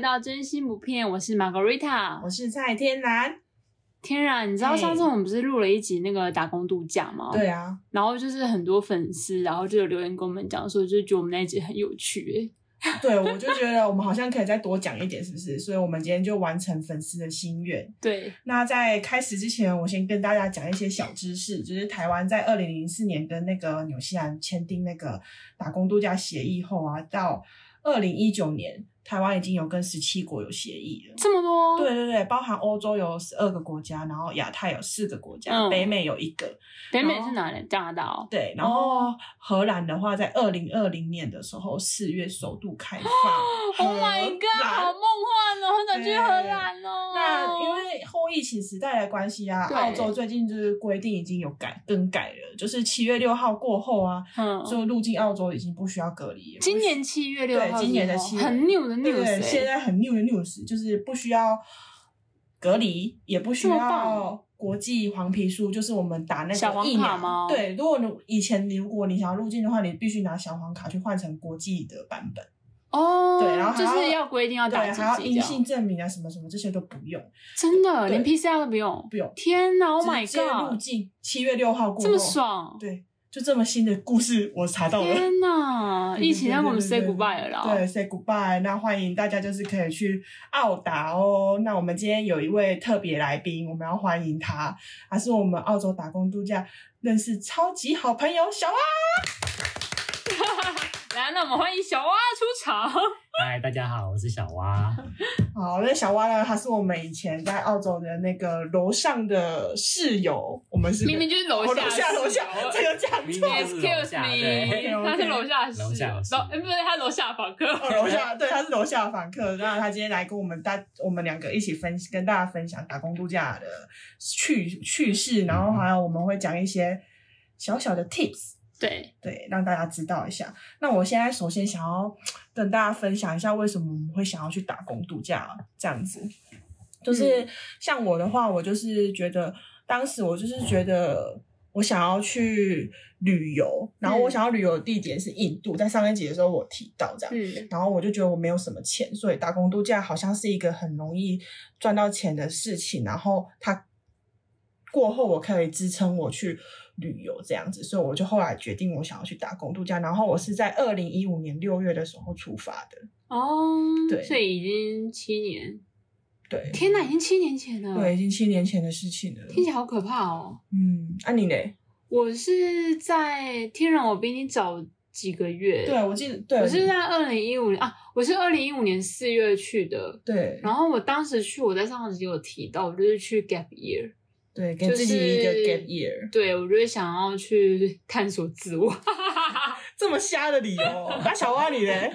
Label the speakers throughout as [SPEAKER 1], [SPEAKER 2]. [SPEAKER 1] 到真心不骗，我是 Margarita
[SPEAKER 2] 我。是蔡天南。
[SPEAKER 1] 天然，你知道
[SPEAKER 2] 嘿
[SPEAKER 1] 上次我们不是录了一集那个打工度假吗？。
[SPEAKER 2] 对啊，
[SPEAKER 1] 然后就是很多粉丝，然后就有留言跟我们讲说，就是觉得我们那一集很有趣、欸。
[SPEAKER 2] 对，我就觉得我们好像可以再多讲一点，是不是？所以我们今天就完成粉丝的心愿。
[SPEAKER 1] 对，
[SPEAKER 2] 那在开始之前，我先跟大家讲一些小知识，就是台湾在二零零四年跟那个纽西兰签订那个打工度假协议后啊，到二零一九年，台湾已经有跟十七国有协议了。
[SPEAKER 1] 这么多。
[SPEAKER 2] 对，对对，包含欧洲有十二个国家，然后亚太有四个国家，
[SPEAKER 1] 嗯
[SPEAKER 2] 北美有一个，
[SPEAKER 1] 北美
[SPEAKER 2] 然后
[SPEAKER 1] 是哪里？加拿大哦。
[SPEAKER 2] 对，然后荷兰的话，在二零二零年的时候，四月首度开放
[SPEAKER 1] Oh
[SPEAKER 2] 荷
[SPEAKER 1] my
[SPEAKER 2] 兰。
[SPEAKER 1] god，好梦幻哦，好想去
[SPEAKER 2] 对
[SPEAKER 1] 荷兰哦。
[SPEAKER 2] 那因为后疫情时代的关系啊，
[SPEAKER 1] 对
[SPEAKER 2] 澳洲最近就是规定已经有改更改了，就是七月六号过后啊，
[SPEAKER 1] 嗯，
[SPEAKER 2] 所有入境澳洲已经不需要隔离。也不
[SPEAKER 1] 今
[SPEAKER 2] 需
[SPEAKER 1] 年七月六号
[SPEAKER 2] 对
[SPEAKER 1] 之后，
[SPEAKER 2] 今年的七月
[SPEAKER 1] 很 new 的
[SPEAKER 2] 对
[SPEAKER 1] news，
[SPEAKER 2] 对，
[SPEAKER 1] 欸
[SPEAKER 2] 现在很 new 的 news，就是不需要隔离，也不需
[SPEAKER 1] 这么棒哦
[SPEAKER 2] 要国际黄皮书，就是我们打那
[SPEAKER 1] 小黄
[SPEAKER 2] 个疫
[SPEAKER 1] 卡吗
[SPEAKER 2] 苗。对，如果你以前你如果你想要入境的话，你必须拿小黄卡去换成国际的版本。
[SPEAKER 1] 哦，
[SPEAKER 2] 对然后还
[SPEAKER 1] 就
[SPEAKER 2] 要
[SPEAKER 1] 是要规定要啊打
[SPEAKER 2] 对，
[SPEAKER 1] 几
[SPEAKER 2] 还要
[SPEAKER 1] 剂这
[SPEAKER 2] 阴
[SPEAKER 1] 样
[SPEAKER 2] 性证明啊，什么什么这些都不用，
[SPEAKER 1] 真的
[SPEAKER 2] 对
[SPEAKER 1] 连 PCR 都不用。
[SPEAKER 2] 不用。
[SPEAKER 1] 天哪！Oh
[SPEAKER 2] 直
[SPEAKER 1] my
[SPEAKER 2] 接入
[SPEAKER 1] god，
[SPEAKER 2] 境，七月六号过后，
[SPEAKER 1] 这么爽！
[SPEAKER 2] 对，就这么新的故事，我查到了。
[SPEAKER 1] 天哪！啊
[SPEAKER 2] 对
[SPEAKER 1] 疫情让我们 say
[SPEAKER 2] 对对对
[SPEAKER 1] goodbye 了啦。
[SPEAKER 2] 对，say goodbye。那欢迎大家就是可以去澳达哦。那我们今天有一位特别来宾，我们要欢迎他，他是我们澳洲打工度假认识超级好朋友小安。
[SPEAKER 1] 来，那我们欢迎小蛙出场。
[SPEAKER 3] 嗨，大家好，我是小 蛙。
[SPEAKER 2] 好，那小蛙呢？他是我们以前在澳洲的那个楼上的室友，我们是
[SPEAKER 1] 明明就是楼
[SPEAKER 2] 哦
[SPEAKER 1] 下
[SPEAKER 2] 楼
[SPEAKER 1] 室
[SPEAKER 2] 下
[SPEAKER 1] 友
[SPEAKER 2] 楼下，这个讲
[SPEAKER 3] 明
[SPEAKER 2] 错
[SPEAKER 3] 明
[SPEAKER 2] 了。
[SPEAKER 3] 就是楼
[SPEAKER 1] Excuse
[SPEAKER 3] 下对
[SPEAKER 1] me，他是楼下室友
[SPEAKER 3] 楼下室友
[SPEAKER 1] 楼哎不对，他楼下访客。
[SPEAKER 2] 哦， 楼下对，他是楼下的房客。那他今天来跟我们大我们两个一起分跟大家分享打工度假的趣趣事，然后还有我们会讲一些小小的 tips，
[SPEAKER 1] 对，
[SPEAKER 2] 对，让大家知道一下。那我现在首先想要跟大家分享一下，为什么我们会想要去打工度假这样子。就是像我的话，我就是觉得当时我就是觉得我想要去旅游，然后我
[SPEAKER 1] 嗯
[SPEAKER 2] 想要旅游的地点是印度，在上一集的时候我提到这样。
[SPEAKER 1] 嗯，
[SPEAKER 2] 然后我就觉得我没有什么钱，所以打工度假好像是一个很容易赚到钱的事情。然后它过后我可以支撑我去旅游这样子，所以我就后来决定我想要去打工度假。然后我是在二零一五年六月的时候出发的，
[SPEAKER 1] 哦，
[SPEAKER 2] 对
[SPEAKER 1] 所以已经七年，
[SPEAKER 2] 对，
[SPEAKER 1] 天哪，已经七年前了，
[SPEAKER 2] 对，已，经七年前的事情了。
[SPEAKER 1] 听起来好可怕哦。
[SPEAKER 2] 嗯，啊你嘞？
[SPEAKER 1] 我是在天然，我比你早几个月。
[SPEAKER 2] 对，，啊我记得，对，
[SPEAKER 1] 我是在二零一五年啊，我是二零一五年四月去的。
[SPEAKER 2] 对
[SPEAKER 1] 然后我当时去，我在上集有提到，我就是去 gap year，
[SPEAKER 2] 对，给
[SPEAKER 1] 就
[SPEAKER 2] 自己一个
[SPEAKER 1] 是
[SPEAKER 2] gap year，
[SPEAKER 1] 对我就是想要去探索自我。
[SPEAKER 2] 这么瞎的理由。哦那小蛙你嘞？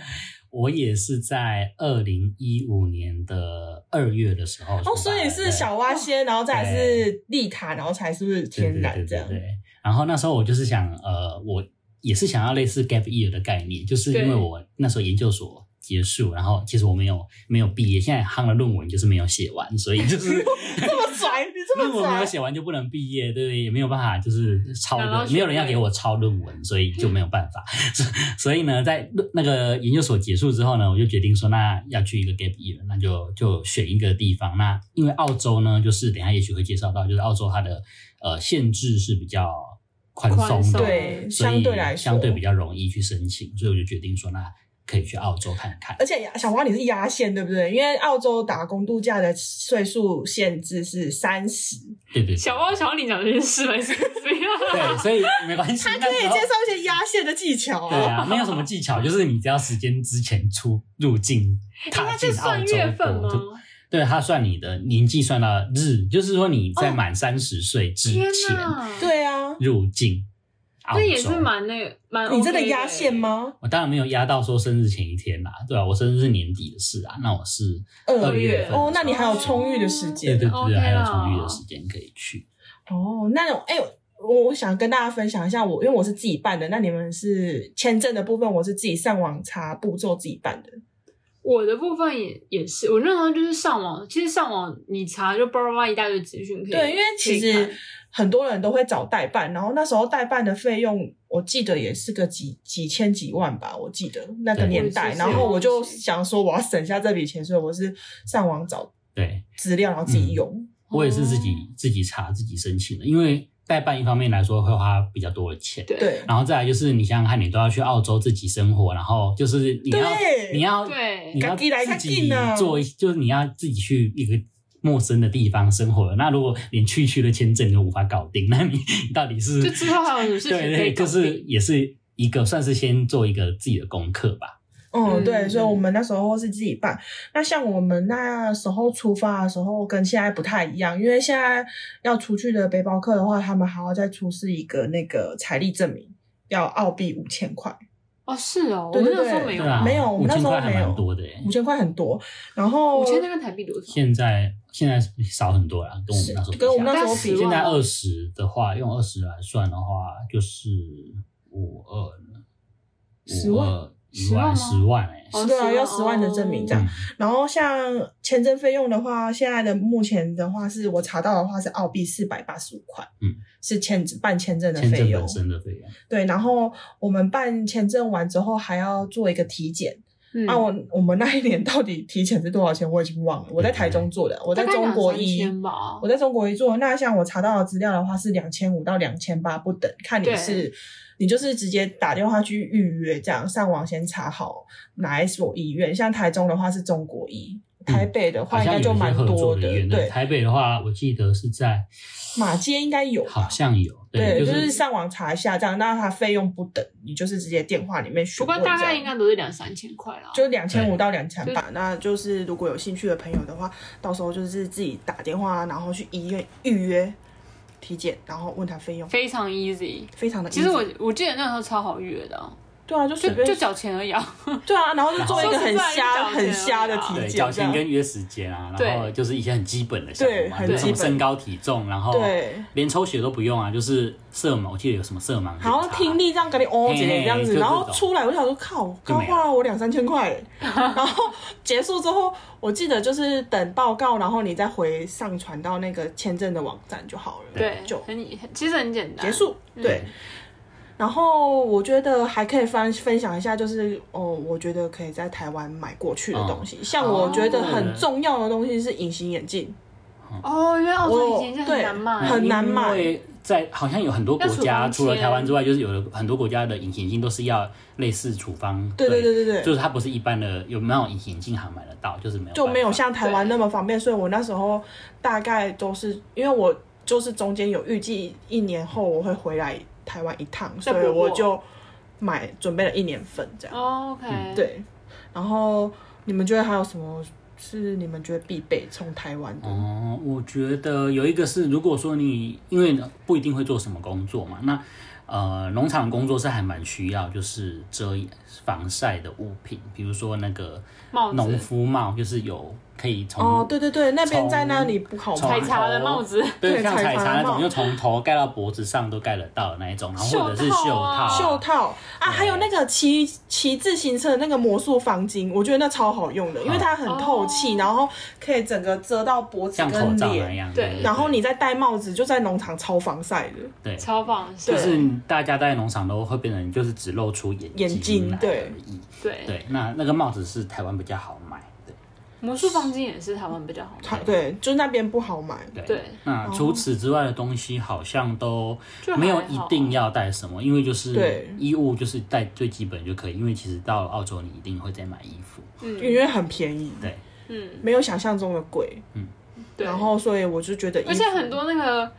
[SPEAKER 3] 我也是在二零一五年的二月的时候出发
[SPEAKER 2] 哦，
[SPEAKER 3] 的
[SPEAKER 2] 所以是小蛙先，然后再来是丽卡，然后才是不是
[SPEAKER 3] 对
[SPEAKER 2] 天然这样
[SPEAKER 3] 对？对对对对然后那时候我就是想，呃，我也是想要类似 gap year 的概念，就是因
[SPEAKER 1] 对
[SPEAKER 3] 为我那时候研究所结束，然后其实我没有没有毕业，现在夯的论文就是没有写完，所以就是
[SPEAKER 2] 这么拽，你 这
[SPEAKER 3] 论
[SPEAKER 2] 么
[SPEAKER 3] 文没有
[SPEAKER 2] 拽，
[SPEAKER 3] 写完就不能毕业，对不对？也没有办法，就是抄
[SPEAKER 1] 拿到
[SPEAKER 3] 的，
[SPEAKER 1] 学位
[SPEAKER 3] 没有人要给我抄论文，所以就没有办法。 所以呢，在论那个研究所结束之后呢，我就决定说，那要去一个 gap year，那就就选一个地方。那因为澳洲呢，就是等一下也许会介绍到，就是澳洲它的呃限制是比较宽
[SPEAKER 1] 宽
[SPEAKER 3] 松
[SPEAKER 1] 松
[SPEAKER 3] 的，
[SPEAKER 2] 对，
[SPEAKER 3] 所以
[SPEAKER 2] 相对来说，
[SPEAKER 3] 相对比较容易去申请，所以我就决定说，那可以去澳洲看看。
[SPEAKER 2] 而且呀小蛙你是压线对不对？因为澳洲打工度假的岁数限制是三十，
[SPEAKER 3] 对对对，
[SPEAKER 1] 小汪，小李讲这件事 了，是不 是？
[SPEAKER 3] 对，所以没关系，
[SPEAKER 2] 他
[SPEAKER 3] 那
[SPEAKER 2] 可以
[SPEAKER 3] 时
[SPEAKER 2] 介
[SPEAKER 3] 候
[SPEAKER 2] 绍一些压线的技
[SPEAKER 1] 哦
[SPEAKER 2] 巧
[SPEAKER 3] 对啊，没有什么技巧，就是你只要时间之前出入境，
[SPEAKER 1] 哎
[SPEAKER 3] 踏
[SPEAKER 1] 那
[SPEAKER 3] 进
[SPEAKER 1] 这
[SPEAKER 3] 澳
[SPEAKER 1] 算
[SPEAKER 3] 洲
[SPEAKER 1] 月份
[SPEAKER 3] 国
[SPEAKER 1] 吗？
[SPEAKER 3] 就对，他算你的年纪算到日，就是说你在满三十岁之
[SPEAKER 1] 天
[SPEAKER 3] 前
[SPEAKER 1] 哪，，
[SPEAKER 2] 对啊，
[SPEAKER 3] 入境澳
[SPEAKER 1] 这
[SPEAKER 3] 洲。
[SPEAKER 1] 也是蛮那个蛮、OK
[SPEAKER 2] 你真的压线？吗？
[SPEAKER 3] 我当然没有压到说生日前一天啦，对吧、啊我生日是年底的事啊，那我是
[SPEAKER 2] 二
[SPEAKER 3] 二
[SPEAKER 1] 月
[SPEAKER 3] 份，
[SPEAKER 2] 哦，那你还有充裕的时
[SPEAKER 3] 对
[SPEAKER 2] 间
[SPEAKER 3] 对对
[SPEAKER 1] OK
[SPEAKER 3] 对，还有
[SPEAKER 1] 啦
[SPEAKER 3] 充裕的时间可以去。
[SPEAKER 2] 哦。那种哎。我我想跟大家分享一下我，因为我是自己办的，那你们是签证的部分，我是自己上网查步骤自己办的。
[SPEAKER 1] 我的部分也也是，我那时候就是上网，其实上网你查就叭叭叭一大堆资讯可以。
[SPEAKER 2] 对，因为其
[SPEAKER 1] 可以
[SPEAKER 2] 实
[SPEAKER 1] 看
[SPEAKER 2] 很多人都会找代办，然后那时候代办的费用，我记得也是个几几千几万吧，我记得那个
[SPEAKER 3] 对
[SPEAKER 2] 年代。
[SPEAKER 1] 是
[SPEAKER 2] 然后我就是想说，我要省下这笔钱，所以我是上网找
[SPEAKER 3] 对
[SPEAKER 2] 资料，然后自己用。
[SPEAKER 1] 嗯
[SPEAKER 3] 我也是自己、
[SPEAKER 1] 哦
[SPEAKER 3] 自己查自己申请的，因为代办一方面来说会花比较多的钱，
[SPEAKER 1] 对
[SPEAKER 2] 对
[SPEAKER 3] 然后再来就是你想想看，你都要去澳洲自己生活，然后就是你要
[SPEAKER 2] 对
[SPEAKER 3] 你要
[SPEAKER 1] 对
[SPEAKER 3] 你要
[SPEAKER 2] 自己来啊
[SPEAKER 3] 自
[SPEAKER 2] 自己
[SPEAKER 3] 己
[SPEAKER 2] 呢
[SPEAKER 3] 做一，就是你要自己去一个陌生的地方生活。那如果连去去的签证都无法搞定，那你你到底是
[SPEAKER 1] 就之后还有什么事情
[SPEAKER 3] 对
[SPEAKER 1] 可以
[SPEAKER 3] 对，
[SPEAKER 1] 搞
[SPEAKER 3] 就是
[SPEAKER 1] 定
[SPEAKER 3] 也是一个算是先做一个自己的功课吧。
[SPEAKER 2] 嗯，
[SPEAKER 1] 嗯
[SPEAKER 2] 对，所以
[SPEAKER 1] 嗯
[SPEAKER 2] 我们那时候是自己办。那像我们那时候出发的时候，跟现在不太一样，因为现在要出去的背包客的话，他们还要再出示一个那个财力证明，要澳币五千块，
[SPEAKER 1] 哦，是哦，我
[SPEAKER 2] 对
[SPEAKER 1] 们
[SPEAKER 2] 对
[SPEAKER 1] 那个时候
[SPEAKER 2] 对
[SPEAKER 1] 没
[SPEAKER 3] 对
[SPEAKER 1] 有，
[SPEAKER 3] 啊，
[SPEAKER 2] 没有我
[SPEAKER 3] 五
[SPEAKER 2] 们那
[SPEAKER 3] 千
[SPEAKER 2] 时候
[SPEAKER 3] 块还
[SPEAKER 2] 没有
[SPEAKER 3] 蛮多的耶
[SPEAKER 2] 五千块很多。然后
[SPEAKER 1] 五千那边台币多
[SPEAKER 2] 啊
[SPEAKER 1] 少？
[SPEAKER 3] 现在现在少很多啦，跟我们那时候比
[SPEAKER 2] 跟我们那时候比
[SPEAKER 3] 起来
[SPEAKER 1] 那
[SPEAKER 3] 现在
[SPEAKER 1] 哇
[SPEAKER 3] 二十的话，用二十来算的话，就是五二
[SPEAKER 2] 10
[SPEAKER 3] 五
[SPEAKER 2] 万
[SPEAKER 3] 二一
[SPEAKER 1] 10万吗
[SPEAKER 3] 万十万哎、
[SPEAKER 1] 哦
[SPEAKER 2] 对啊，
[SPEAKER 1] 10
[SPEAKER 2] 要十万的证明这样。
[SPEAKER 3] 嗯
[SPEAKER 2] 然后像签证费用的话，现在的目前的话是我查到的话是澳币四百八十五块，
[SPEAKER 3] 嗯，
[SPEAKER 2] 是签办签证的
[SPEAKER 3] 签
[SPEAKER 2] 费
[SPEAKER 3] 证
[SPEAKER 2] 用
[SPEAKER 3] 本。身的费用，
[SPEAKER 2] 对，然后我们办签证完之后还要做一个体检。
[SPEAKER 1] 嗯
[SPEAKER 2] 啊，我我们那一年到底体检是多少钱？我已经忘了。我在台中做的，我在
[SPEAKER 1] 大概
[SPEAKER 2] 中国
[SPEAKER 1] 两三
[SPEAKER 2] 一
[SPEAKER 1] 千吧，
[SPEAKER 2] 我在中国一做。那像我查到的资料的话，是两千五到两千八不等，看你
[SPEAKER 1] 对
[SPEAKER 2] 是你就是直接打电话去预约，这样上网先查好哪一所医院。像台中的话是中国医，台北的
[SPEAKER 3] 嗯好
[SPEAKER 2] 话应
[SPEAKER 3] 像
[SPEAKER 2] 该
[SPEAKER 3] 有一
[SPEAKER 2] 就
[SPEAKER 3] 些
[SPEAKER 2] 蛮
[SPEAKER 3] 合
[SPEAKER 2] 多
[SPEAKER 3] 作的医院。
[SPEAKER 2] 对，
[SPEAKER 3] 台北的话，我记得是在
[SPEAKER 2] 马街应该有吧
[SPEAKER 3] 好像有，
[SPEAKER 2] 对，
[SPEAKER 3] 就
[SPEAKER 2] 就是上网查一下这样。那它费用不等，你就是直接电话里面询
[SPEAKER 1] 不
[SPEAKER 2] 问
[SPEAKER 1] 过
[SPEAKER 2] 这样。
[SPEAKER 1] 大概应该都是两三千块啦。
[SPEAKER 2] 就两千五到两千八，那就是如果有兴趣的朋友的话，到时候就是自己打电话，然后去医院预约体检，然后问他费用，
[SPEAKER 1] 非常 easy。
[SPEAKER 2] 非常的 easy。
[SPEAKER 1] 其实我我记得那时候超好约的啊，
[SPEAKER 2] 对啊，就随
[SPEAKER 1] 就
[SPEAKER 2] 便
[SPEAKER 1] 就缴钱而已啊。
[SPEAKER 2] 对啊，然后就做一个
[SPEAKER 1] 说实
[SPEAKER 2] 很
[SPEAKER 1] 在
[SPEAKER 2] 瞎
[SPEAKER 1] 就缴钱
[SPEAKER 2] 很瞎的体
[SPEAKER 1] 而已啊
[SPEAKER 3] 对
[SPEAKER 2] 检，
[SPEAKER 3] 交
[SPEAKER 2] 这
[SPEAKER 3] 钱
[SPEAKER 2] 样
[SPEAKER 3] 跟约时间啊，
[SPEAKER 1] 对
[SPEAKER 3] 然后就是一些很基本的项目嘛，
[SPEAKER 2] 对
[SPEAKER 3] 就是
[SPEAKER 1] 很
[SPEAKER 3] 什
[SPEAKER 1] 基
[SPEAKER 3] 么
[SPEAKER 2] 本
[SPEAKER 3] 身高体重，然后
[SPEAKER 2] 对
[SPEAKER 3] 连抽血都不用啊，就是色盲，我记得有什么色盲检查，啊
[SPEAKER 2] 好像听力这样给你哦姐这样
[SPEAKER 3] 嘿嘿嘿就
[SPEAKER 2] 子，
[SPEAKER 3] 这
[SPEAKER 2] 然后
[SPEAKER 3] 种
[SPEAKER 2] 出来我想说靠，我刚花了我两三千块，然后结束之后，我记得就是等报告，然后你再回上传到那个签证的网站就好了，
[SPEAKER 1] 对
[SPEAKER 2] 就，
[SPEAKER 1] 很很其实很简单。
[SPEAKER 2] 结束，对
[SPEAKER 3] 对。
[SPEAKER 2] 然后我觉得还可以分分享一下，就是哦，我觉得可以在台湾买过去的东西，像我觉得很重要的东西是隐形眼镜，
[SPEAKER 1] 哦，因为澳洲
[SPEAKER 2] 我
[SPEAKER 1] 以前是很难
[SPEAKER 2] 对
[SPEAKER 1] 买，
[SPEAKER 2] 很难买
[SPEAKER 3] 因为在好像有很多国
[SPEAKER 1] 要
[SPEAKER 3] 家，
[SPEAKER 1] 处
[SPEAKER 3] 除
[SPEAKER 1] 方
[SPEAKER 3] 了
[SPEAKER 1] 签
[SPEAKER 3] 台湾之外，就是有的很多国家的隐形镜都是要类似处方，
[SPEAKER 2] 对对对对对
[SPEAKER 3] 就是它不是一般的有没有隐形镜行买得到，就是没有
[SPEAKER 2] 就没有
[SPEAKER 3] 办法
[SPEAKER 2] 像台湾那么方便，所以我那时候大概都是因为我就是中间有预计一年后我会回来台湾一趟，
[SPEAKER 1] 再
[SPEAKER 2] 所
[SPEAKER 1] 补货
[SPEAKER 2] 以我就买准备了一年份这样。
[SPEAKER 1] 哦 OK，，
[SPEAKER 2] 嗯对，然后你们觉得还有什么是你们觉得必备从台湾的？
[SPEAKER 3] 哦，我觉得有一个是，如果说你因为不一定会做什么工作嘛，那呃，农场工作是还蛮需要，就是遮防晒的物品，比如说那个
[SPEAKER 1] 帽子
[SPEAKER 3] 农夫帽，就是有可以从
[SPEAKER 2] 哦，对对对，那边
[SPEAKER 3] 从
[SPEAKER 2] 在那里不好
[SPEAKER 3] 从
[SPEAKER 1] 采
[SPEAKER 2] 拍。
[SPEAKER 1] 茶的帽 子
[SPEAKER 3] 头对，
[SPEAKER 2] 对
[SPEAKER 3] 像
[SPEAKER 2] 采
[SPEAKER 3] 采
[SPEAKER 2] 茶
[SPEAKER 3] 茶那
[SPEAKER 2] 帽
[SPEAKER 3] 种，就从头盖到脖子上都盖得到的那一种，然后或者是
[SPEAKER 1] 袖
[SPEAKER 3] 袖
[SPEAKER 1] 套啊
[SPEAKER 3] 套、
[SPEAKER 2] 袖套啊，还有那个骑骑自行车的那个魔术方巾，我觉得那超好用的，因为它很透气，
[SPEAKER 1] 哦
[SPEAKER 2] 然后可以整个遮到脖子
[SPEAKER 3] 像口
[SPEAKER 2] 跟
[SPEAKER 3] 罩那
[SPEAKER 2] 脸，
[SPEAKER 3] 样，
[SPEAKER 1] 对
[SPEAKER 3] 对
[SPEAKER 2] 然后你再戴帽子，就在农场超防晒的。
[SPEAKER 3] 对。对
[SPEAKER 1] 超棒，
[SPEAKER 3] 就
[SPEAKER 1] 对
[SPEAKER 3] 是大家在农场都会变成就是只露出眼
[SPEAKER 2] 眼睛
[SPEAKER 3] 睛
[SPEAKER 2] 对
[SPEAKER 3] 来而已。
[SPEAKER 1] 对
[SPEAKER 3] 对，那那个帽子是台湾比较好买，对。
[SPEAKER 1] 魔术方巾也是台湾比较好买，
[SPEAKER 2] 它对，就那边不好买。
[SPEAKER 1] 对哦
[SPEAKER 3] 那除此之外的东西好像都
[SPEAKER 1] 就还
[SPEAKER 3] 没有一定要带什么，因为就是
[SPEAKER 2] 对
[SPEAKER 3] 衣物就是带最基本就可以，因为其实到澳洲你一定会再买衣服，
[SPEAKER 2] 因为很便宜，
[SPEAKER 3] 对，
[SPEAKER 1] 嗯，
[SPEAKER 2] 没有想象中的贵。
[SPEAKER 1] 对。
[SPEAKER 2] 然后，所以我就觉得衣服，
[SPEAKER 1] 而且很多那个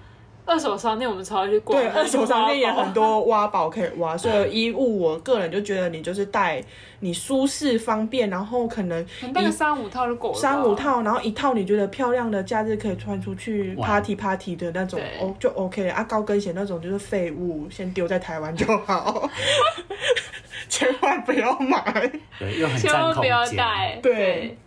[SPEAKER 1] 二手商店，我们超爱去逛，
[SPEAKER 2] 对二手商店也很
[SPEAKER 1] 多。
[SPEAKER 2] 多挖宝 可以挖，所以衣物我个人就觉得你就是带你舒适方便，然后可能
[SPEAKER 1] 可能带个三五套就够了吧。
[SPEAKER 2] 三五套，然后一套你觉得漂亮的，假日可以穿出去
[SPEAKER 3] 哇
[SPEAKER 2] party party 的那种，
[SPEAKER 1] 对
[SPEAKER 2] 哦就 OK 了啊。高跟鞋那种就是废物，先丢在台湾就好，千万不要买。
[SPEAKER 3] 对，又 很
[SPEAKER 1] 千
[SPEAKER 3] 占
[SPEAKER 1] 万
[SPEAKER 3] 空
[SPEAKER 1] 不要
[SPEAKER 3] 间。
[SPEAKER 1] 带。
[SPEAKER 2] 对，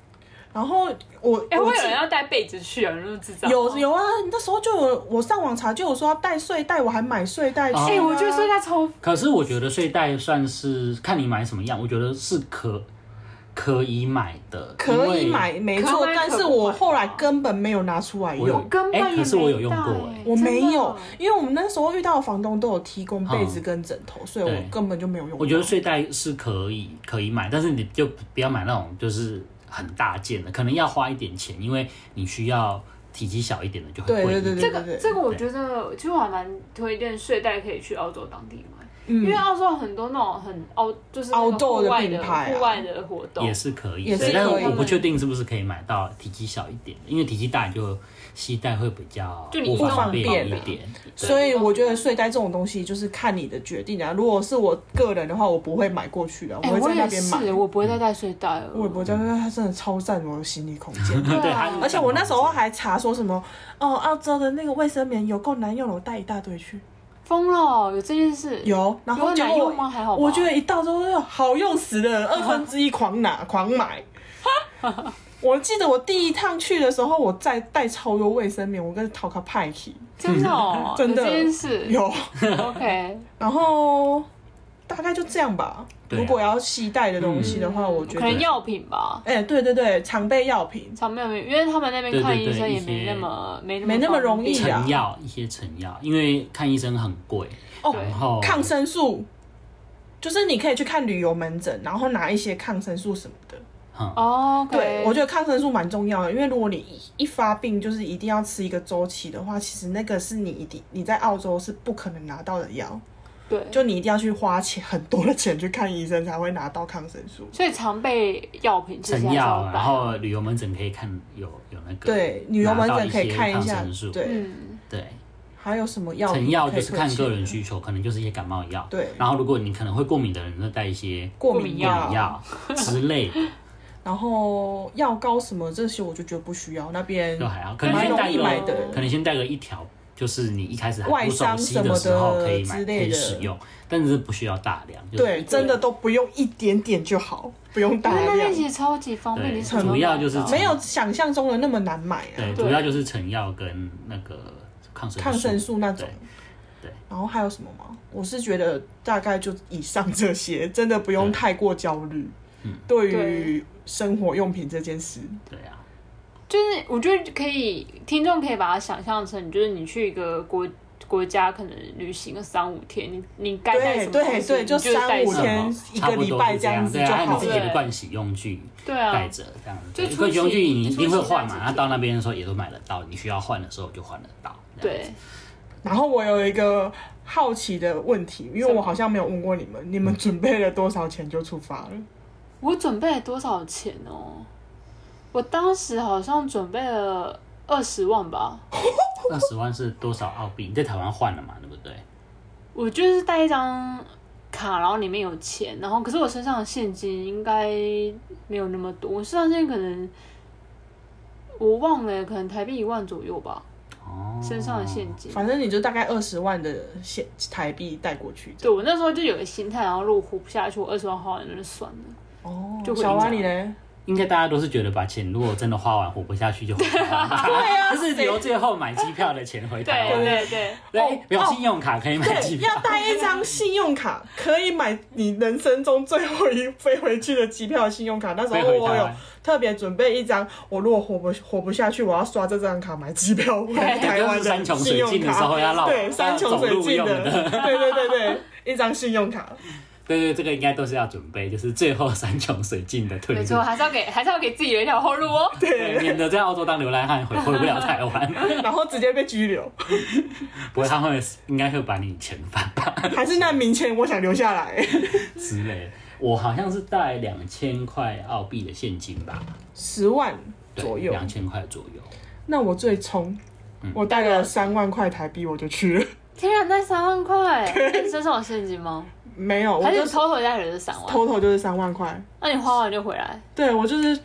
[SPEAKER 2] 然后我，
[SPEAKER 1] 哎，会
[SPEAKER 2] 我
[SPEAKER 1] 有
[SPEAKER 2] 记
[SPEAKER 1] 人要带被子去啊？你们知道？
[SPEAKER 2] 有。有啊，那时候就有我上网查，就有说要带睡袋，我还买睡袋去、啊。
[SPEAKER 1] 哎，我觉得睡袋超
[SPEAKER 3] 可是我觉得睡袋算是看你买什么样，我觉得是可可以买的，
[SPEAKER 2] 可以
[SPEAKER 3] 因为
[SPEAKER 2] 买，没
[SPEAKER 4] 可
[SPEAKER 2] 错，
[SPEAKER 4] 买
[SPEAKER 2] 但
[SPEAKER 4] 可
[SPEAKER 2] 是
[SPEAKER 4] 不
[SPEAKER 2] 我
[SPEAKER 4] 买
[SPEAKER 2] 后来根本没有拿出来
[SPEAKER 3] 我有
[SPEAKER 2] 用。
[SPEAKER 4] 根
[SPEAKER 3] 哎
[SPEAKER 4] 本也
[SPEAKER 3] 可是我有
[SPEAKER 4] 没
[SPEAKER 3] 用
[SPEAKER 4] 到
[SPEAKER 3] 过
[SPEAKER 4] 哎
[SPEAKER 3] 哎
[SPEAKER 2] 我没
[SPEAKER 4] 真的
[SPEAKER 2] 有，因为我们那时候遇到的房东都有提供被子
[SPEAKER 3] 嗯
[SPEAKER 2] 跟枕头，所以我
[SPEAKER 3] 对
[SPEAKER 2] 根本就没有用到。
[SPEAKER 3] 我觉得睡袋是可以可以买，但是你就不要买那种就是很大件的，可能要花一点钱，因为你需要体积小一点的就会
[SPEAKER 2] 对
[SPEAKER 3] 贵一
[SPEAKER 2] 对对
[SPEAKER 3] 点。
[SPEAKER 4] 这
[SPEAKER 2] 对
[SPEAKER 3] 这个
[SPEAKER 4] 个这个我觉得其实我还蛮推荐睡袋可以去澳洲当地买，
[SPEAKER 2] 嗯
[SPEAKER 4] 因为澳洲有很多那种很澳就是那个
[SPEAKER 2] Outdoor
[SPEAKER 4] 户外
[SPEAKER 2] 的
[SPEAKER 4] 的
[SPEAKER 2] 品牌啊
[SPEAKER 4] 户外的活动
[SPEAKER 3] 也。是可以，
[SPEAKER 2] 也是
[SPEAKER 3] 对但是
[SPEAKER 2] 可以
[SPEAKER 3] 我不确定是不是可以买到体积小一点的，因为体积大你就携带会比较
[SPEAKER 1] 就你
[SPEAKER 3] 不
[SPEAKER 1] 不
[SPEAKER 3] 方
[SPEAKER 2] 方
[SPEAKER 3] 便
[SPEAKER 2] 便
[SPEAKER 3] 一
[SPEAKER 2] 啦
[SPEAKER 3] 点。对
[SPEAKER 2] 所以我觉得睡袋这种东西就是看你的决定啊。如果是我个人的话，我不会买过去的，啊
[SPEAKER 1] 哎、
[SPEAKER 2] 会
[SPEAKER 1] 我
[SPEAKER 2] 在那
[SPEAKER 1] 也
[SPEAKER 2] 边买。
[SPEAKER 1] 是，我不
[SPEAKER 3] 嗯
[SPEAKER 1] 会再带睡袋了。
[SPEAKER 2] 我也不会在那边，它真的超占我的心理空 间。
[SPEAKER 3] 对
[SPEAKER 4] 对啊
[SPEAKER 3] 它是
[SPEAKER 2] 而且我那时候
[SPEAKER 3] 这样
[SPEAKER 2] 还查说什么，哦，澳洲的那个卫生棉有够难用的，我带一大堆去。
[SPEAKER 1] 疯了，有这件事？
[SPEAKER 2] 有，然后
[SPEAKER 1] 有
[SPEAKER 2] 结
[SPEAKER 1] 难
[SPEAKER 2] 果
[SPEAKER 1] 用吗？还好吧。
[SPEAKER 2] 我觉得一到之后好用死 了，二分之一狂拿狂买。我记得我第一趟去的时候，我再带超多卫生棉，我跟陶卡派去，
[SPEAKER 1] 真的、哦
[SPEAKER 2] 真的
[SPEAKER 1] 有这件事。
[SPEAKER 2] 有，
[SPEAKER 1] OK，
[SPEAKER 2] 然后大概就这样吧。
[SPEAKER 3] 对啊
[SPEAKER 2] 如果要携带的东西的话，我
[SPEAKER 1] 嗯
[SPEAKER 2] 觉
[SPEAKER 1] 可
[SPEAKER 2] 得，
[SPEAKER 1] 能药品吧，
[SPEAKER 2] 哎、对对对，常备药品，
[SPEAKER 1] 常没有，因为他们那边
[SPEAKER 3] 对对
[SPEAKER 1] 看
[SPEAKER 3] 对
[SPEAKER 1] 医生
[SPEAKER 3] 一
[SPEAKER 1] 也没
[SPEAKER 3] 些
[SPEAKER 1] 那么没
[SPEAKER 2] 没那么容易
[SPEAKER 1] 方便
[SPEAKER 2] 啊
[SPEAKER 3] 成药一些成药，因为看医生很贵，
[SPEAKER 2] 哦
[SPEAKER 3] 然后
[SPEAKER 2] 抗生素，就是你可以去看旅游门诊，然后拿一些抗生素什么的。
[SPEAKER 3] 嗯
[SPEAKER 1] 哦，OK，
[SPEAKER 2] 对，我觉得抗生素蛮重要的，因为如果你一一发病就是一定要吃一个周期的话，其实那个是你一定你在澳洲是不可能拿到的药，
[SPEAKER 1] 对，
[SPEAKER 2] 就你一定要去花钱很多的钱去看医生才会拿到抗生素。
[SPEAKER 1] 所以常备药品其实还
[SPEAKER 3] 成
[SPEAKER 1] 是
[SPEAKER 3] 药啊
[SPEAKER 1] 要，带
[SPEAKER 3] 然后旅游门诊可以看有有那个
[SPEAKER 2] 对，旅游门诊可以看
[SPEAKER 3] 拿到一些
[SPEAKER 2] 下
[SPEAKER 3] 抗生素，
[SPEAKER 2] 对，
[SPEAKER 1] 嗯，
[SPEAKER 3] 对，
[SPEAKER 2] 还有什么药
[SPEAKER 3] 成
[SPEAKER 2] 品
[SPEAKER 3] 药
[SPEAKER 2] 可
[SPEAKER 3] 就
[SPEAKER 2] 以
[SPEAKER 3] 是
[SPEAKER 2] 推
[SPEAKER 3] 看个
[SPEAKER 2] 荐
[SPEAKER 3] 人
[SPEAKER 2] 的
[SPEAKER 3] 需求，可能就是一些感冒药，
[SPEAKER 2] 对
[SPEAKER 3] 然后如果你可能会过敏的人，就带一些
[SPEAKER 2] 过
[SPEAKER 1] 敏
[SPEAKER 2] 敏
[SPEAKER 1] 药
[SPEAKER 3] 过敏药之类 的，
[SPEAKER 2] 然后药膏什么这些我就觉得不需要，那边
[SPEAKER 3] 就还好。可能
[SPEAKER 2] 蛮
[SPEAKER 3] 先带
[SPEAKER 2] 容易买
[SPEAKER 3] 个，
[SPEAKER 2] 的。
[SPEAKER 3] 可能先带个一条，就是你一开始还
[SPEAKER 2] 外
[SPEAKER 3] 不熟
[SPEAKER 2] 伤
[SPEAKER 3] 悉
[SPEAKER 2] 什么
[SPEAKER 3] 时候
[SPEAKER 2] 的
[SPEAKER 3] 可以买
[SPEAKER 2] 之
[SPEAKER 3] 可
[SPEAKER 2] 类
[SPEAKER 3] 以
[SPEAKER 2] 的
[SPEAKER 3] 使用，但是不需要大量。就是
[SPEAKER 2] 对，
[SPEAKER 3] 一
[SPEAKER 2] 真的
[SPEAKER 3] 个
[SPEAKER 2] 都不用一点点就好，不用
[SPEAKER 1] 因
[SPEAKER 2] 大
[SPEAKER 1] 为那边其
[SPEAKER 2] 量，
[SPEAKER 1] 实超级方便，
[SPEAKER 3] 对
[SPEAKER 1] 你什么都
[SPEAKER 3] 主要就是
[SPEAKER 1] 买得到
[SPEAKER 2] 没有想象中的那么难买啊。
[SPEAKER 3] 对，
[SPEAKER 1] 对
[SPEAKER 3] 主要就是成药跟那个抗生素。
[SPEAKER 2] 抗生素那种
[SPEAKER 3] 对。对
[SPEAKER 2] 然后还有什么吗？我是觉得大概就以上这些，真的不用
[SPEAKER 3] 对
[SPEAKER 2] 太过焦虑
[SPEAKER 3] 嗯。
[SPEAKER 2] 对于生活用品这件事，
[SPEAKER 3] 对啊，
[SPEAKER 1] 就是我觉得可以，听众可以把它想象成，就是你去一个国国家，可能旅行个三五天，你你该带什
[SPEAKER 2] 对
[SPEAKER 1] 么东西，
[SPEAKER 2] 对对，
[SPEAKER 1] 你就
[SPEAKER 2] 三
[SPEAKER 1] 带
[SPEAKER 2] 五
[SPEAKER 1] 什么。
[SPEAKER 2] 天
[SPEAKER 3] 嗯
[SPEAKER 2] 一
[SPEAKER 3] 差
[SPEAKER 2] 个
[SPEAKER 3] 不多
[SPEAKER 2] 礼
[SPEAKER 3] 是
[SPEAKER 2] 拜
[SPEAKER 3] 这
[SPEAKER 2] 样子就
[SPEAKER 3] 对啊还有
[SPEAKER 2] 好
[SPEAKER 3] 你自己
[SPEAKER 2] 了。
[SPEAKER 3] 的盥洗用具
[SPEAKER 1] 对
[SPEAKER 3] 带
[SPEAKER 1] 啊，
[SPEAKER 3] 着，这样子。
[SPEAKER 1] 就
[SPEAKER 3] 对
[SPEAKER 1] 初
[SPEAKER 3] 盥洗用具
[SPEAKER 1] 期
[SPEAKER 3] 你一定会
[SPEAKER 1] 初期
[SPEAKER 3] 换
[SPEAKER 1] 带
[SPEAKER 3] 嘛，
[SPEAKER 1] 着
[SPEAKER 3] 那到那边的时候也都买得到，你需要换的时候就换得到。这样子
[SPEAKER 1] 对，
[SPEAKER 2] 然后我有一个好奇的问题，因为
[SPEAKER 1] 什
[SPEAKER 2] 我
[SPEAKER 1] 么
[SPEAKER 2] 好像没有问过你们，
[SPEAKER 3] 嗯
[SPEAKER 2] 你们准备了多少钱就出发了？
[SPEAKER 1] 我准备了多少钱哦？我当时好像准备了二十万吧，
[SPEAKER 3] 二十万是多少澳币？你在台湾换了嘛，对不对？
[SPEAKER 1] 我就是带一张卡，然后里面有钱，然后可是我身上的现金应该没有那么多，我身上现金可能我忘了，可能台币一万左右吧，
[SPEAKER 3] 哦，
[SPEAKER 1] 身上的现金。
[SPEAKER 2] 反正你就大概二十万的现台币带过去这
[SPEAKER 1] 对
[SPEAKER 2] 样。
[SPEAKER 1] 我那时候就有个心态，然后如果活不下去，我二十万花完了就算了。
[SPEAKER 2] 哦
[SPEAKER 1] 就，会
[SPEAKER 2] 小
[SPEAKER 1] 影
[SPEAKER 2] 蛙
[SPEAKER 1] 响
[SPEAKER 2] 你嘞？
[SPEAKER 3] 应该大家都是觉得把钱如果真的花完活不下去就回台湾吧，
[SPEAKER 2] 对啊
[SPEAKER 3] 就是留最后买机票的钱回台湾。
[SPEAKER 1] 对对，
[SPEAKER 3] 对，哎没有
[SPEAKER 2] 哦
[SPEAKER 3] 信用卡可以买机
[SPEAKER 2] 对，
[SPEAKER 3] 票
[SPEAKER 2] 要，带一张信用卡，可以买你人生中最后一飞回去的机票的信用卡。那时
[SPEAKER 3] 飞
[SPEAKER 2] 候
[SPEAKER 3] 回
[SPEAKER 2] 我
[SPEAKER 3] 台
[SPEAKER 2] 有
[SPEAKER 3] 湾。
[SPEAKER 2] 特别准备一张，我如果活不活不下去，我要刷这张卡买机票 回台
[SPEAKER 3] 就
[SPEAKER 2] 湾
[SPEAKER 3] 哎是山穷
[SPEAKER 2] 信
[SPEAKER 3] 水
[SPEAKER 2] 用
[SPEAKER 3] 尽的时候
[SPEAKER 2] 卡。
[SPEAKER 3] 要绕
[SPEAKER 2] 对，山穷水尽
[SPEAKER 3] 要走路
[SPEAKER 2] 的，
[SPEAKER 3] 用的。
[SPEAKER 2] 对对对对，一张信用 卡。
[SPEAKER 3] 对对，这个应该都是要准备，就是最后山穷水尽的退
[SPEAKER 1] 没
[SPEAKER 3] 路
[SPEAKER 1] 错，，还是要给还是要给自己留一条后路哦。
[SPEAKER 3] 对，免得在澳洲当流浪汉回回不了台湾。
[SPEAKER 2] 然后直接被拘留，
[SPEAKER 3] 不过他会应该会把你遣返吧
[SPEAKER 2] 还是难民签，我想留下来。
[SPEAKER 3] 之类的。我好像是带两千块澳币的现金吧，
[SPEAKER 2] 十万
[SPEAKER 3] 对
[SPEAKER 2] 左右，
[SPEAKER 3] 两千嗯块左右。
[SPEAKER 2] 那我最冲，我带了三万块台币我就去了。
[SPEAKER 1] 天啊，那三万块，那你身上有现金吗？
[SPEAKER 2] 没 有，我
[SPEAKER 1] 还是
[SPEAKER 2] 就
[SPEAKER 1] 你偷偷带了这三万？
[SPEAKER 2] 偷偷就是三万块。
[SPEAKER 1] 那你花完就回 来？
[SPEAKER 2] 对我就是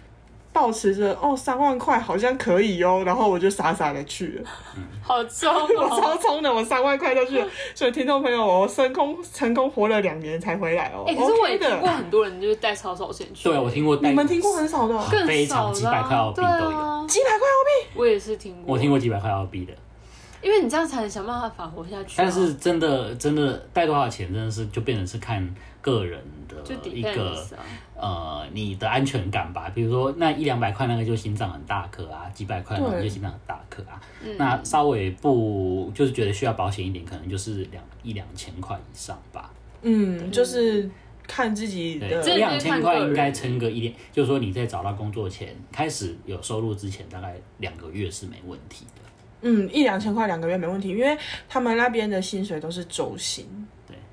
[SPEAKER 2] 抱持着哦三万块好像可以哦，然后我就傻傻的去了，
[SPEAKER 1] 好重
[SPEAKER 2] 我
[SPEAKER 1] 哦！
[SPEAKER 2] 超冲的，我三万块就 去了。所以听众朋友，我成功成功活了两年才回来哦。
[SPEAKER 1] 哎、可是我也
[SPEAKER 2] OK
[SPEAKER 1] 听过
[SPEAKER 2] 的，
[SPEAKER 1] 很多人就是带超少钱去。
[SPEAKER 3] 对，我啊听过带，
[SPEAKER 2] 你们听过很少的哦，
[SPEAKER 1] 更
[SPEAKER 3] 非
[SPEAKER 1] 少
[SPEAKER 3] 常
[SPEAKER 1] 啦
[SPEAKER 3] 几百块澳币都有
[SPEAKER 1] 对啊，
[SPEAKER 2] 几百块澳币，哦
[SPEAKER 1] 我也是听过。
[SPEAKER 3] 我听过几百块澳币的，
[SPEAKER 1] 哎、因为你这样才能想办法活下去啊、
[SPEAKER 3] 但是真的真的带多少钱，真的是就变成是看个人的
[SPEAKER 1] 就
[SPEAKER 3] 一
[SPEAKER 1] depends
[SPEAKER 3] 个
[SPEAKER 1] 啊，
[SPEAKER 3] 呃你的安全感吧。比如说那一两百块那个就心脏很大颗啊，几百块那个
[SPEAKER 2] 对
[SPEAKER 3] 就心脏很大颗啊。
[SPEAKER 1] 嗯
[SPEAKER 3] 那稍微不就是觉得需要保险一点，可能就是两一两千块以上吧。
[SPEAKER 2] 嗯，就是看自己
[SPEAKER 3] 对，
[SPEAKER 2] 的
[SPEAKER 1] 这
[SPEAKER 3] 一两
[SPEAKER 1] 就是看
[SPEAKER 3] 千
[SPEAKER 1] 个
[SPEAKER 3] 块
[SPEAKER 1] 人
[SPEAKER 3] 应该撑个一点，就是说你在找到工作前开始有收入之前，大概两个月是没问题的。
[SPEAKER 2] 嗯一两千块两个月没问题，因为他们那边的薪水都是周薪，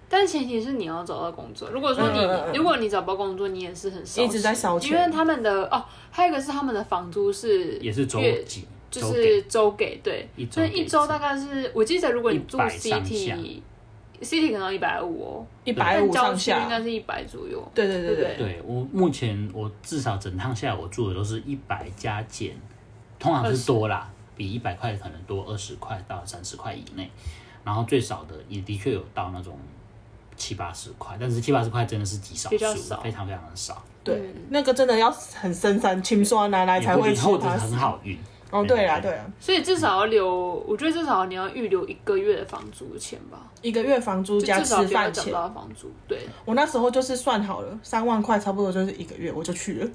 [SPEAKER 1] 但前提是你要找到工作。如果说你、
[SPEAKER 2] 嗯嗯嗯
[SPEAKER 1] 如果你找不到工作，你也是很烧
[SPEAKER 2] 一直在烧钱
[SPEAKER 1] 因为他们的哦，还有一个是他们的房租是
[SPEAKER 3] 也是周
[SPEAKER 1] 月
[SPEAKER 3] 几，
[SPEAKER 1] 就
[SPEAKER 3] 周
[SPEAKER 1] 是
[SPEAKER 3] 给
[SPEAKER 1] 周给对
[SPEAKER 3] 一，周
[SPEAKER 1] 所以
[SPEAKER 3] 给
[SPEAKER 1] 一
[SPEAKER 3] 一
[SPEAKER 1] 周
[SPEAKER 3] 次
[SPEAKER 1] 大概是我记得，如果你住
[SPEAKER 3] 100上下
[SPEAKER 1] CT。CT 可能要一百五哦，
[SPEAKER 2] 一百
[SPEAKER 1] 但
[SPEAKER 2] 五
[SPEAKER 1] 郊
[SPEAKER 2] 上
[SPEAKER 1] 区应该
[SPEAKER 2] 下。
[SPEAKER 1] 是一百左右。
[SPEAKER 2] 对对对对，
[SPEAKER 3] 对我目前我至少整趟下来我住的都是一百加减，通常是多啦，比一百块可能多二十块到三十块以内，然后最少的也的确有到那种七八十块，但是七八十块真的是极少
[SPEAKER 1] 比较
[SPEAKER 3] 数，
[SPEAKER 1] 少
[SPEAKER 3] 非常非常的少，
[SPEAKER 2] 对，
[SPEAKER 1] 嗯
[SPEAKER 2] 那个真的要很深山清酸拿来
[SPEAKER 3] 也
[SPEAKER 2] 才
[SPEAKER 3] 不
[SPEAKER 2] 会
[SPEAKER 3] 一定或者
[SPEAKER 2] 它
[SPEAKER 3] 是很好运。
[SPEAKER 2] 哦，对啦对啦，
[SPEAKER 1] 所以至少要留，我觉得至少你要预留一个月的房租钱吧，
[SPEAKER 2] 一个月房租
[SPEAKER 1] 就
[SPEAKER 2] 加
[SPEAKER 1] 至
[SPEAKER 2] 吃
[SPEAKER 1] 少不要
[SPEAKER 2] 饭
[SPEAKER 1] 找不
[SPEAKER 2] 钱，
[SPEAKER 1] 到房租。对，
[SPEAKER 2] 我那时候就是算好了，三万块差不多就是一个月，我就去 了，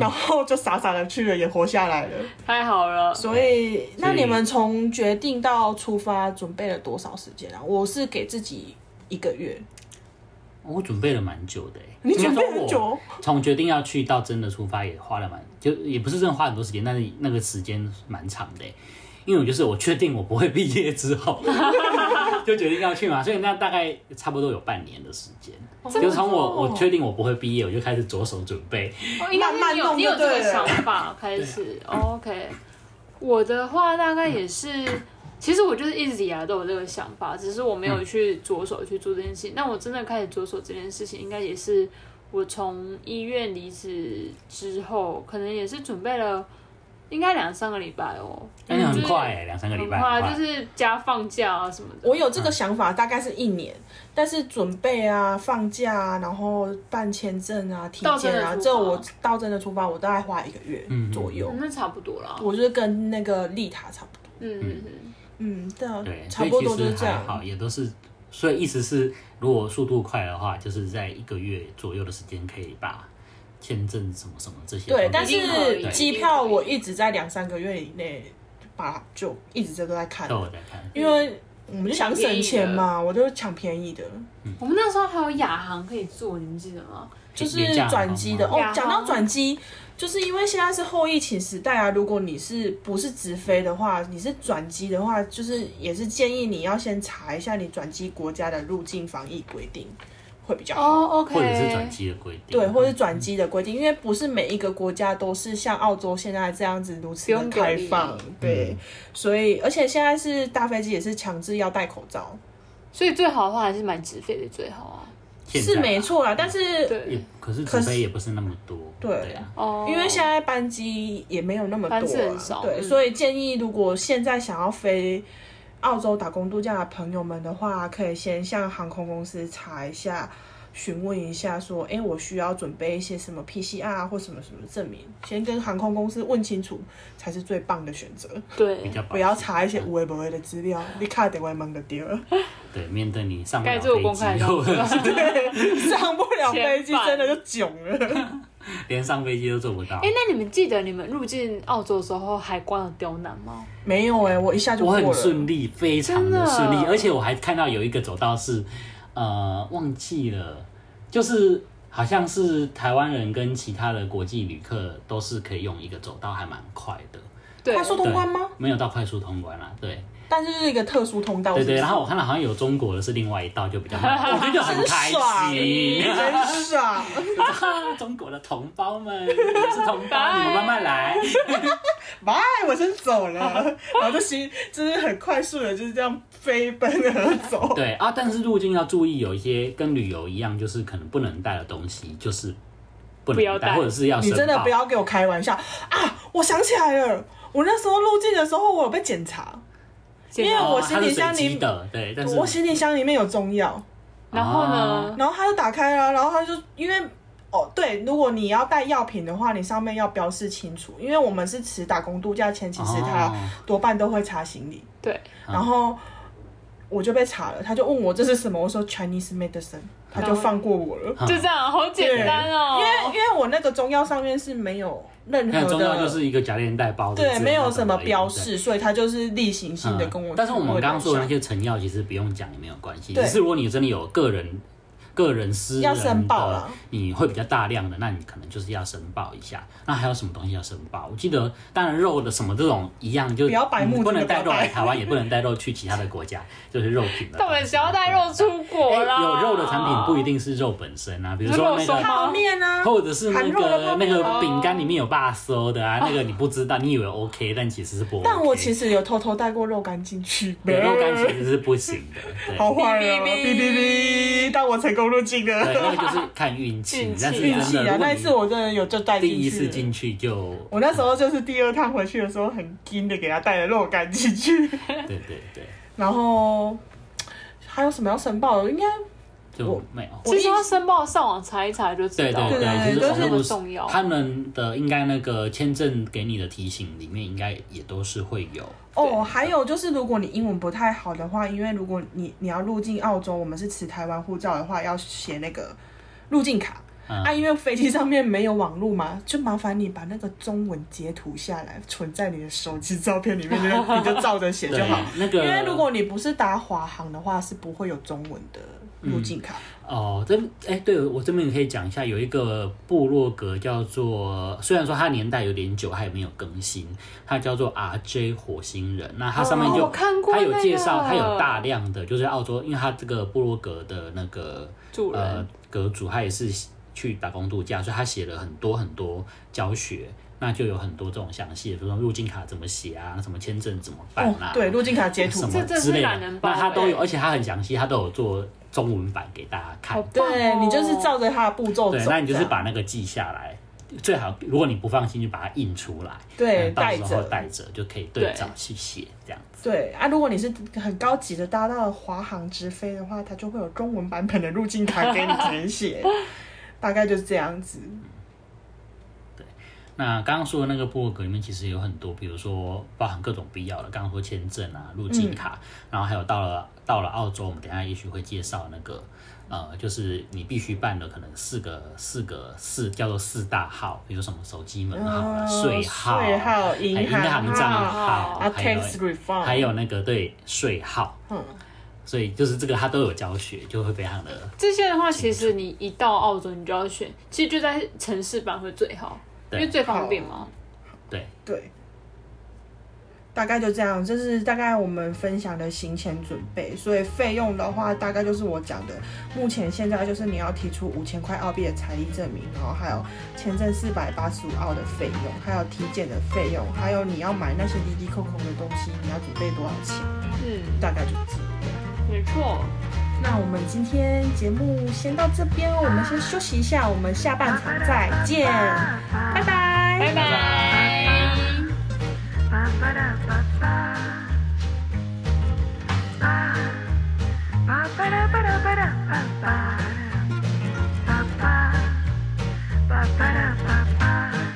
[SPEAKER 2] 然后就傻傻的去了，也活下来了。
[SPEAKER 1] 太好了，
[SPEAKER 2] 所
[SPEAKER 1] 哦
[SPEAKER 2] 以，那
[SPEAKER 3] 所以
[SPEAKER 2] 你们从决定到出发准备了多少时间啊？我是给自己一个月，
[SPEAKER 3] 我准备了蛮久的、欸，
[SPEAKER 2] 你准备
[SPEAKER 3] 应该说
[SPEAKER 2] 很
[SPEAKER 3] 我
[SPEAKER 2] 久，
[SPEAKER 3] 从决定要去到真的出发，也花了蛮，就也不是真的花很多时间，但是那个时间蛮长的欸、因为我就是我确定我不会毕业 之后， 就决定要去嘛，所以那大概差不多有半年的时间，
[SPEAKER 2] 哦
[SPEAKER 3] 就从我我确定我不会毕业，我就开始着手准备。
[SPEAKER 2] 嗯
[SPEAKER 1] 哦，应该是你有
[SPEAKER 2] 慢慢弄就
[SPEAKER 1] 你有这
[SPEAKER 2] 对
[SPEAKER 1] 个想
[SPEAKER 2] 了
[SPEAKER 1] 法开始。OK，我的话大概也是，其实我就是一直以来都有这个想法，只是我没有去着手去做这件事情。但我真的开始着手这件事情，应该也是我从医院离职之后，可能也是准备了。应该两三个礼拜哦，
[SPEAKER 3] 但是很
[SPEAKER 1] 就是
[SPEAKER 3] 快、欸，两三个礼
[SPEAKER 1] 很
[SPEAKER 3] 拜，
[SPEAKER 1] 快
[SPEAKER 3] 很快
[SPEAKER 1] 就是加放假啊什么的。
[SPEAKER 2] 我有这个想法，大概是一年，但是准备啊、放假啊，然后办签证啊、体
[SPEAKER 1] 到真
[SPEAKER 2] 检
[SPEAKER 1] 的
[SPEAKER 2] 啊，
[SPEAKER 1] 出
[SPEAKER 2] 这
[SPEAKER 1] 发
[SPEAKER 2] 我到真的出发，我大概花一个月
[SPEAKER 3] 嗯嗯
[SPEAKER 2] 左右。
[SPEAKER 1] 嗯那差不多啦。
[SPEAKER 2] 我就是跟那个丽塔差不多，
[SPEAKER 1] 嗯嗯嗯，
[SPEAKER 2] 嗯，对啊
[SPEAKER 3] 对，，
[SPEAKER 2] 差
[SPEAKER 3] 所以
[SPEAKER 2] 不
[SPEAKER 3] 其
[SPEAKER 2] 多就
[SPEAKER 3] 实
[SPEAKER 2] 是这
[SPEAKER 3] 还
[SPEAKER 2] 样
[SPEAKER 3] 好，。也都是，所以意思是，如果速度快的话，就是在一个月左右的时间可以把签证什么什么这些都
[SPEAKER 2] 对
[SPEAKER 3] 弄，
[SPEAKER 2] 但
[SPEAKER 1] 一定可以
[SPEAKER 2] 是
[SPEAKER 1] 对
[SPEAKER 2] 机票我一直在两三个月以内把就一直都在看，
[SPEAKER 3] 都有在看。
[SPEAKER 2] 因为我们就想省钱嘛，我就抢便宜的，
[SPEAKER 1] 我们那时候还有亚航可以坐，你们记得吗？
[SPEAKER 2] 就是
[SPEAKER 3] 廉价
[SPEAKER 2] 转机的。
[SPEAKER 3] 航
[SPEAKER 2] 哦
[SPEAKER 3] 空
[SPEAKER 1] 吗亚，航
[SPEAKER 2] 讲到转机，就是因为现在是后疫情时代啊，如果你是不是直飞的话，你是转机的话，就是也是建议你要先查一下你转机国家的入境防疫规定，会比较好。
[SPEAKER 1] 哦，OK、o k
[SPEAKER 3] 或者是转机的规定，
[SPEAKER 2] 对，或是转机的规定，因为不是每一个国家都是像澳洲现在这样子如此
[SPEAKER 1] 不
[SPEAKER 2] 的
[SPEAKER 1] 用隔
[SPEAKER 2] 开
[SPEAKER 1] 离嗯
[SPEAKER 2] 放，对，所以而且现在是大飞机也是强制要戴口罩，
[SPEAKER 1] 所以最好的话还是买直飞的最好啊。
[SPEAKER 3] 现在啊
[SPEAKER 2] 是没，错啦，但是
[SPEAKER 3] 也
[SPEAKER 1] 对，
[SPEAKER 3] 可是
[SPEAKER 2] 可
[SPEAKER 3] 直
[SPEAKER 2] 是
[SPEAKER 3] 飞也不是那么多，
[SPEAKER 2] 对
[SPEAKER 3] 啊，
[SPEAKER 1] 哦，
[SPEAKER 2] 因为现在班机也没有那么多、啊，
[SPEAKER 1] 班次很少
[SPEAKER 2] 对，
[SPEAKER 1] 嗯
[SPEAKER 2] 所以建议如果现在想要飞澳洲打工度假的朋友们的话，可以先向航空公司查一下。询问一下，说，哎、我需要准备一些什么 PCR 或什么什么证明，先跟航空公司问清楚，才是最棒的选择。
[SPEAKER 3] 比
[SPEAKER 1] 对，
[SPEAKER 3] 较保
[SPEAKER 2] 不要
[SPEAKER 3] 险
[SPEAKER 2] 查一些无为不为的资料，你卡得外蒙的 丢了，
[SPEAKER 3] 对，面对你上不
[SPEAKER 1] 盖
[SPEAKER 3] 了
[SPEAKER 1] 住我公开
[SPEAKER 3] 飞机，
[SPEAKER 1] 的
[SPEAKER 3] 或者是
[SPEAKER 2] 上不了飞机
[SPEAKER 1] 前半
[SPEAKER 2] 真的就囧了。
[SPEAKER 3] 连上飞机都做不到
[SPEAKER 1] 哎、。那你们记得你们入境澳洲的时候海关有刁难吗？
[SPEAKER 2] 没有哎、我一下就
[SPEAKER 3] 我
[SPEAKER 2] 过
[SPEAKER 3] 很
[SPEAKER 2] 了。
[SPEAKER 3] 顺利，非常
[SPEAKER 1] 真
[SPEAKER 3] 的
[SPEAKER 1] 的
[SPEAKER 3] 顺利，而且我还看到有一个走道是，呃，忘记了，就是好像是台湾人跟其他的国际旅客都是可以用一个走道，还蛮快的。
[SPEAKER 1] 对，
[SPEAKER 2] 快速通关吗？
[SPEAKER 3] 没有到快速通关啦，对
[SPEAKER 2] 但是是一个特殊通道
[SPEAKER 3] 对
[SPEAKER 2] 是不
[SPEAKER 3] 对。
[SPEAKER 2] 是
[SPEAKER 3] 然后我看到好像有中国的是另外一道，就比较慢，我觉得就很开
[SPEAKER 2] 爽
[SPEAKER 3] 心。 啊
[SPEAKER 2] 真爽。
[SPEAKER 3] 中国的同胞们，你们是同胞，你们慢 慢来。
[SPEAKER 2] 拜，我先走了， 然后就心就是很快速的就是这样飞奔而走。
[SPEAKER 3] 对啊，但是入境要注意，有一些跟旅游一样，就是可能不能带的东西，就是不
[SPEAKER 1] 不要
[SPEAKER 3] 能带，
[SPEAKER 1] 带
[SPEAKER 3] 或者是要
[SPEAKER 2] 你
[SPEAKER 3] 申
[SPEAKER 2] 真的
[SPEAKER 3] 报
[SPEAKER 2] 不。要给我开玩笑啊！我想起来了，我那时候入境的时候，我有被检查，
[SPEAKER 1] 因
[SPEAKER 2] 因为
[SPEAKER 3] 哦
[SPEAKER 2] 我行李箱
[SPEAKER 3] 它是随
[SPEAKER 2] 里
[SPEAKER 3] 机的，对，但是
[SPEAKER 2] 我行李箱里面有中药。
[SPEAKER 1] 然后
[SPEAKER 3] 啊
[SPEAKER 1] 呢？
[SPEAKER 2] 然后他就打开了，然后他就因为哦，对，如果你要带药品的话，你上面要标示清楚，因为我们是持打工度假签，其实他
[SPEAKER 3] 哦
[SPEAKER 2] 多半都会查行李。
[SPEAKER 1] 对，
[SPEAKER 3] 嗯
[SPEAKER 2] 然后我就被查了，他就问我这是什么，我说 Chinese medicine，他就放过我了。
[SPEAKER 3] 啊哦
[SPEAKER 1] 就这样，好简单哦。
[SPEAKER 2] 因为因为我那个中药上面是没有任
[SPEAKER 3] 那
[SPEAKER 2] 何
[SPEAKER 3] 中药
[SPEAKER 2] 的，
[SPEAKER 3] 就是一个夹链袋包的，
[SPEAKER 2] 对，
[SPEAKER 3] 只
[SPEAKER 2] 没有
[SPEAKER 3] 那个
[SPEAKER 2] 什么
[SPEAKER 3] 而已
[SPEAKER 2] 标。
[SPEAKER 3] 对
[SPEAKER 2] 示，所以他就是例行性的跟我、
[SPEAKER 3] 嗯但是我们刚刚说的那些成药，其实不用讲也没有关系。
[SPEAKER 2] 对
[SPEAKER 3] 只是如果你真的有个人、个人私
[SPEAKER 2] 要
[SPEAKER 3] 人
[SPEAKER 2] 申报
[SPEAKER 3] 的
[SPEAKER 2] 啦，
[SPEAKER 3] 你会比较大量的，那你可能就是要申报一下。那还有什么东西要申报？我记得，当然肉的什么这种一样，就嗯
[SPEAKER 2] 不要白目
[SPEAKER 3] 你不能
[SPEAKER 2] 真的不要
[SPEAKER 3] 带肉来
[SPEAKER 2] 带
[SPEAKER 3] 台湾，也不能带肉去其他的国家，就是肉 品的东西。
[SPEAKER 1] 但我们只要带肉出国啦。
[SPEAKER 3] 哎有肉的产品不一定是肉本身啊，比如
[SPEAKER 1] 你
[SPEAKER 3] 说
[SPEAKER 1] 说肉
[SPEAKER 3] 那
[SPEAKER 1] 松
[SPEAKER 3] 个。
[SPEAKER 1] 吗
[SPEAKER 2] 泡面啊，
[SPEAKER 3] 或者是那
[SPEAKER 2] 含肉的
[SPEAKER 3] 个
[SPEAKER 2] 泡
[SPEAKER 3] 那
[SPEAKER 2] 面
[SPEAKER 3] 个
[SPEAKER 2] 哦
[SPEAKER 3] 饼干里面有爸收的啊，那个你不知道，你以为 OK，但其实是不 OK。
[SPEAKER 2] 但我其实有偷偷带过肉干进去，
[SPEAKER 3] 对肉干其实是不行的，对。
[SPEAKER 2] 好坏哦，
[SPEAKER 1] 哔哔哔
[SPEAKER 2] 哔哔哔，但我成功入境
[SPEAKER 3] 对，
[SPEAKER 2] 了，
[SPEAKER 3] 那个就是看运气
[SPEAKER 1] 运，气
[SPEAKER 3] 但是
[SPEAKER 2] 运
[SPEAKER 3] 真
[SPEAKER 2] 气
[SPEAKER 3] 的，
[SPEAKER 2] 啊！
[SPEAKER 3] 如果
[SPEAKER 2] 那
[SPEAKER 3] 你
[SPEAKER 2] 一次我真的有就带进去
[SPEAKER 3] 第一次
[SPEAKER 2] 了
[SPEAKER 3] 进去就，
[SPEAKER 2] 我那时候就是第二趟回去的时候，很惊的给他带了肉干进去，
[SPEAKER 3] 对对对，
[SPEAKER 2] 然后还有什么要申报的？应该
[SPEAKER 3] 就
[SPEAKER 2] 我
[SPEAKER 3] 没有。
[SPEAKER 1] 其实要申报上网查一查就知
[SPEAKER 3] 对
[SPEAKER 1] 道
[SPEAKER 3] 对
[SPEAKER 1] 了。
[SPEAKER 2] 对
[SPEAKER 3] 就
[SPEAKER 2] 都
[SPEAKER 3] 是
[SPEAKER 2] 是
[SPEAKER 3] 网络
[SPEAKER 1] 很重要
[SPEAKER 3] 他们的应该那个签证给你的提醒里面，应该也都是会有。
[SPEAKER 2] 哦，还有就是，如果你英文不太好的话，因为如果你你要入境澳洲，我们是持台湾护照的话，要写那个入境卡。
[SPEAKER 3] 嗯
[SPEAKER 2] 啊，因为飞机上面没有网络嘛，就麻烦你把那个中文截图下来，存在你的手机照片里面，你就你就照着写就
[SPEAKER 3] 对
[SPEAKER 2] 好。
[SPEAKER 3] 那
[SPEAKER 2] 因
[SPEAKER 3] 个，
[SPEAKER 2] 为如果你不是打华航的话，是不会有中文的入境卡。
[SPEAKER 3] 哦，这哎、对我这边也可以讲一下，有一个部落格叫做，虽然说它年代有点久，它也没有更新，它叫做 RJ 火星人。那它上面
[SPEAKER 1] 哦
[SPEAKER 3] 就、
[SPEAKER 1] 我看过
[SPEAKER 3] 它有
[SPEAKER 1] 那
[SPEAKER 3] 介绍，
[SPEAKER 1] 个
[SPEAKER 3] 它有大量的就是澳洲，因为它这个部落格的那个
[SPEAKER 1] 主人
[SPEAKER 3] 呃阁主，他也是去打工度假，所以他写了很多很多教学。那就有很多这种详细的，比如说入境卡怎么写啊，什么签证怎么办啊，
[SPEAKER 2] 哦，对，入境卡截图
[SPEAKER 3] 什。么
[SPEAKER 1] 这真
[SPEAKER 3] 之
[SPEAKER 1] 是
[SPEAKER 3] 类
[SPEAKER 1] 懒
[SPEAKER 3] 的
[SPEAKER 1] 人，包
[SPEAKER 3] 那他都有，
[SPEAKER 1] 欸
[SPEAKER 3] 而且他很详细，他都有做中文版给大家看
[SPEAKER 1] 好。棒
[SPEAKER 2] 对
[SPEAKER 1] 哦
[SPEAKER 2] 你就是照着它的步骤走
[SPEAKER 3] 对，，那你就
[SPEAKER 2] 这
[SPEAKER 3] 是
[SPEAKER 2] 样
[SPEAKER 3] 把那个记下来，最好如果你不放心，就把它印出来，
[SPEAKER 2] 对
[SPEAKER 3] 嗯到时
[SPEAKER 2] 带
[SPEAKER 3] 候
[SPEAKER 2] 着
[SPEAKER 3] 带着就可以对照去写这样子。
[SPEAKER 2] 对啊，如果你是很高级的搭到华航直飞的话，它就会有中文版本的入境卡给你填写，大概就是这样子。
[SPEAKER 3] 那刚刚说的那个部落格里面，其实有很多，比如说包含各种必要的，刚刚说签证啊、入境卡，
[SPEAKER 2] 嗯
[SPEAKER 3] 然后还有到了到了澳洲，我们等一下也许会介绍那个。呃，就是你必须办的可能四个四个四叫做四大号，比如什么手机门号啦、
[SPEAKER 2] 哦
[SPEAKER 3] 税号、啊
[SPEAKER 2] 税号
[SPEAKER 3] 还有
[SPEAKER 2] 银
[SPEAKER 3] 银
[SPEAKER 2] 行
[SPEAKER 3] 行账号，
[SPEAKER 2] 啊
[SPEAKER 3] 哦还有
[SPEAKER 2] ，tax refund，
[SPEAKER 3] 还有那个对税号，
[SPEAKER 2] 嗯，
[SPEAKER 3] 所以就是这个他都有教学，就会非常的
[SPEAKER 1] 这些的话，其实你一到澳洲，你就要选，其实就在城市版会最好，因
[SPEAKER 3] 对
[SPEAKER 1] 为最方便嘛。
[SPEAKER 3] 对。
[SPEAKER 2] 对，大概就这样，这是大概我们分享的行前准备。所以费用的话，大概就是我讲的，目前现在就是你要提出五千块澳币的财力证明，然后还有签证四百八十五澳的费用，还有体检的费用，还有你要买那些滴滴扣扣的东西，你要准备多少钱，
[SPEAKER 1] 嗯，
[SPEAKER 2] 大概就这样。
[SPEAKER 1] 没错。
[SPEAKER 2] 那我们今天节目先到这边，我们先休息一下，我们下半场再见，拜拜，
[SPEAKER 1] 拜拜
[SPEAKER 5] Ba-ba-da-ba-ba.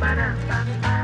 [SPEAKER 5] ba da ba ba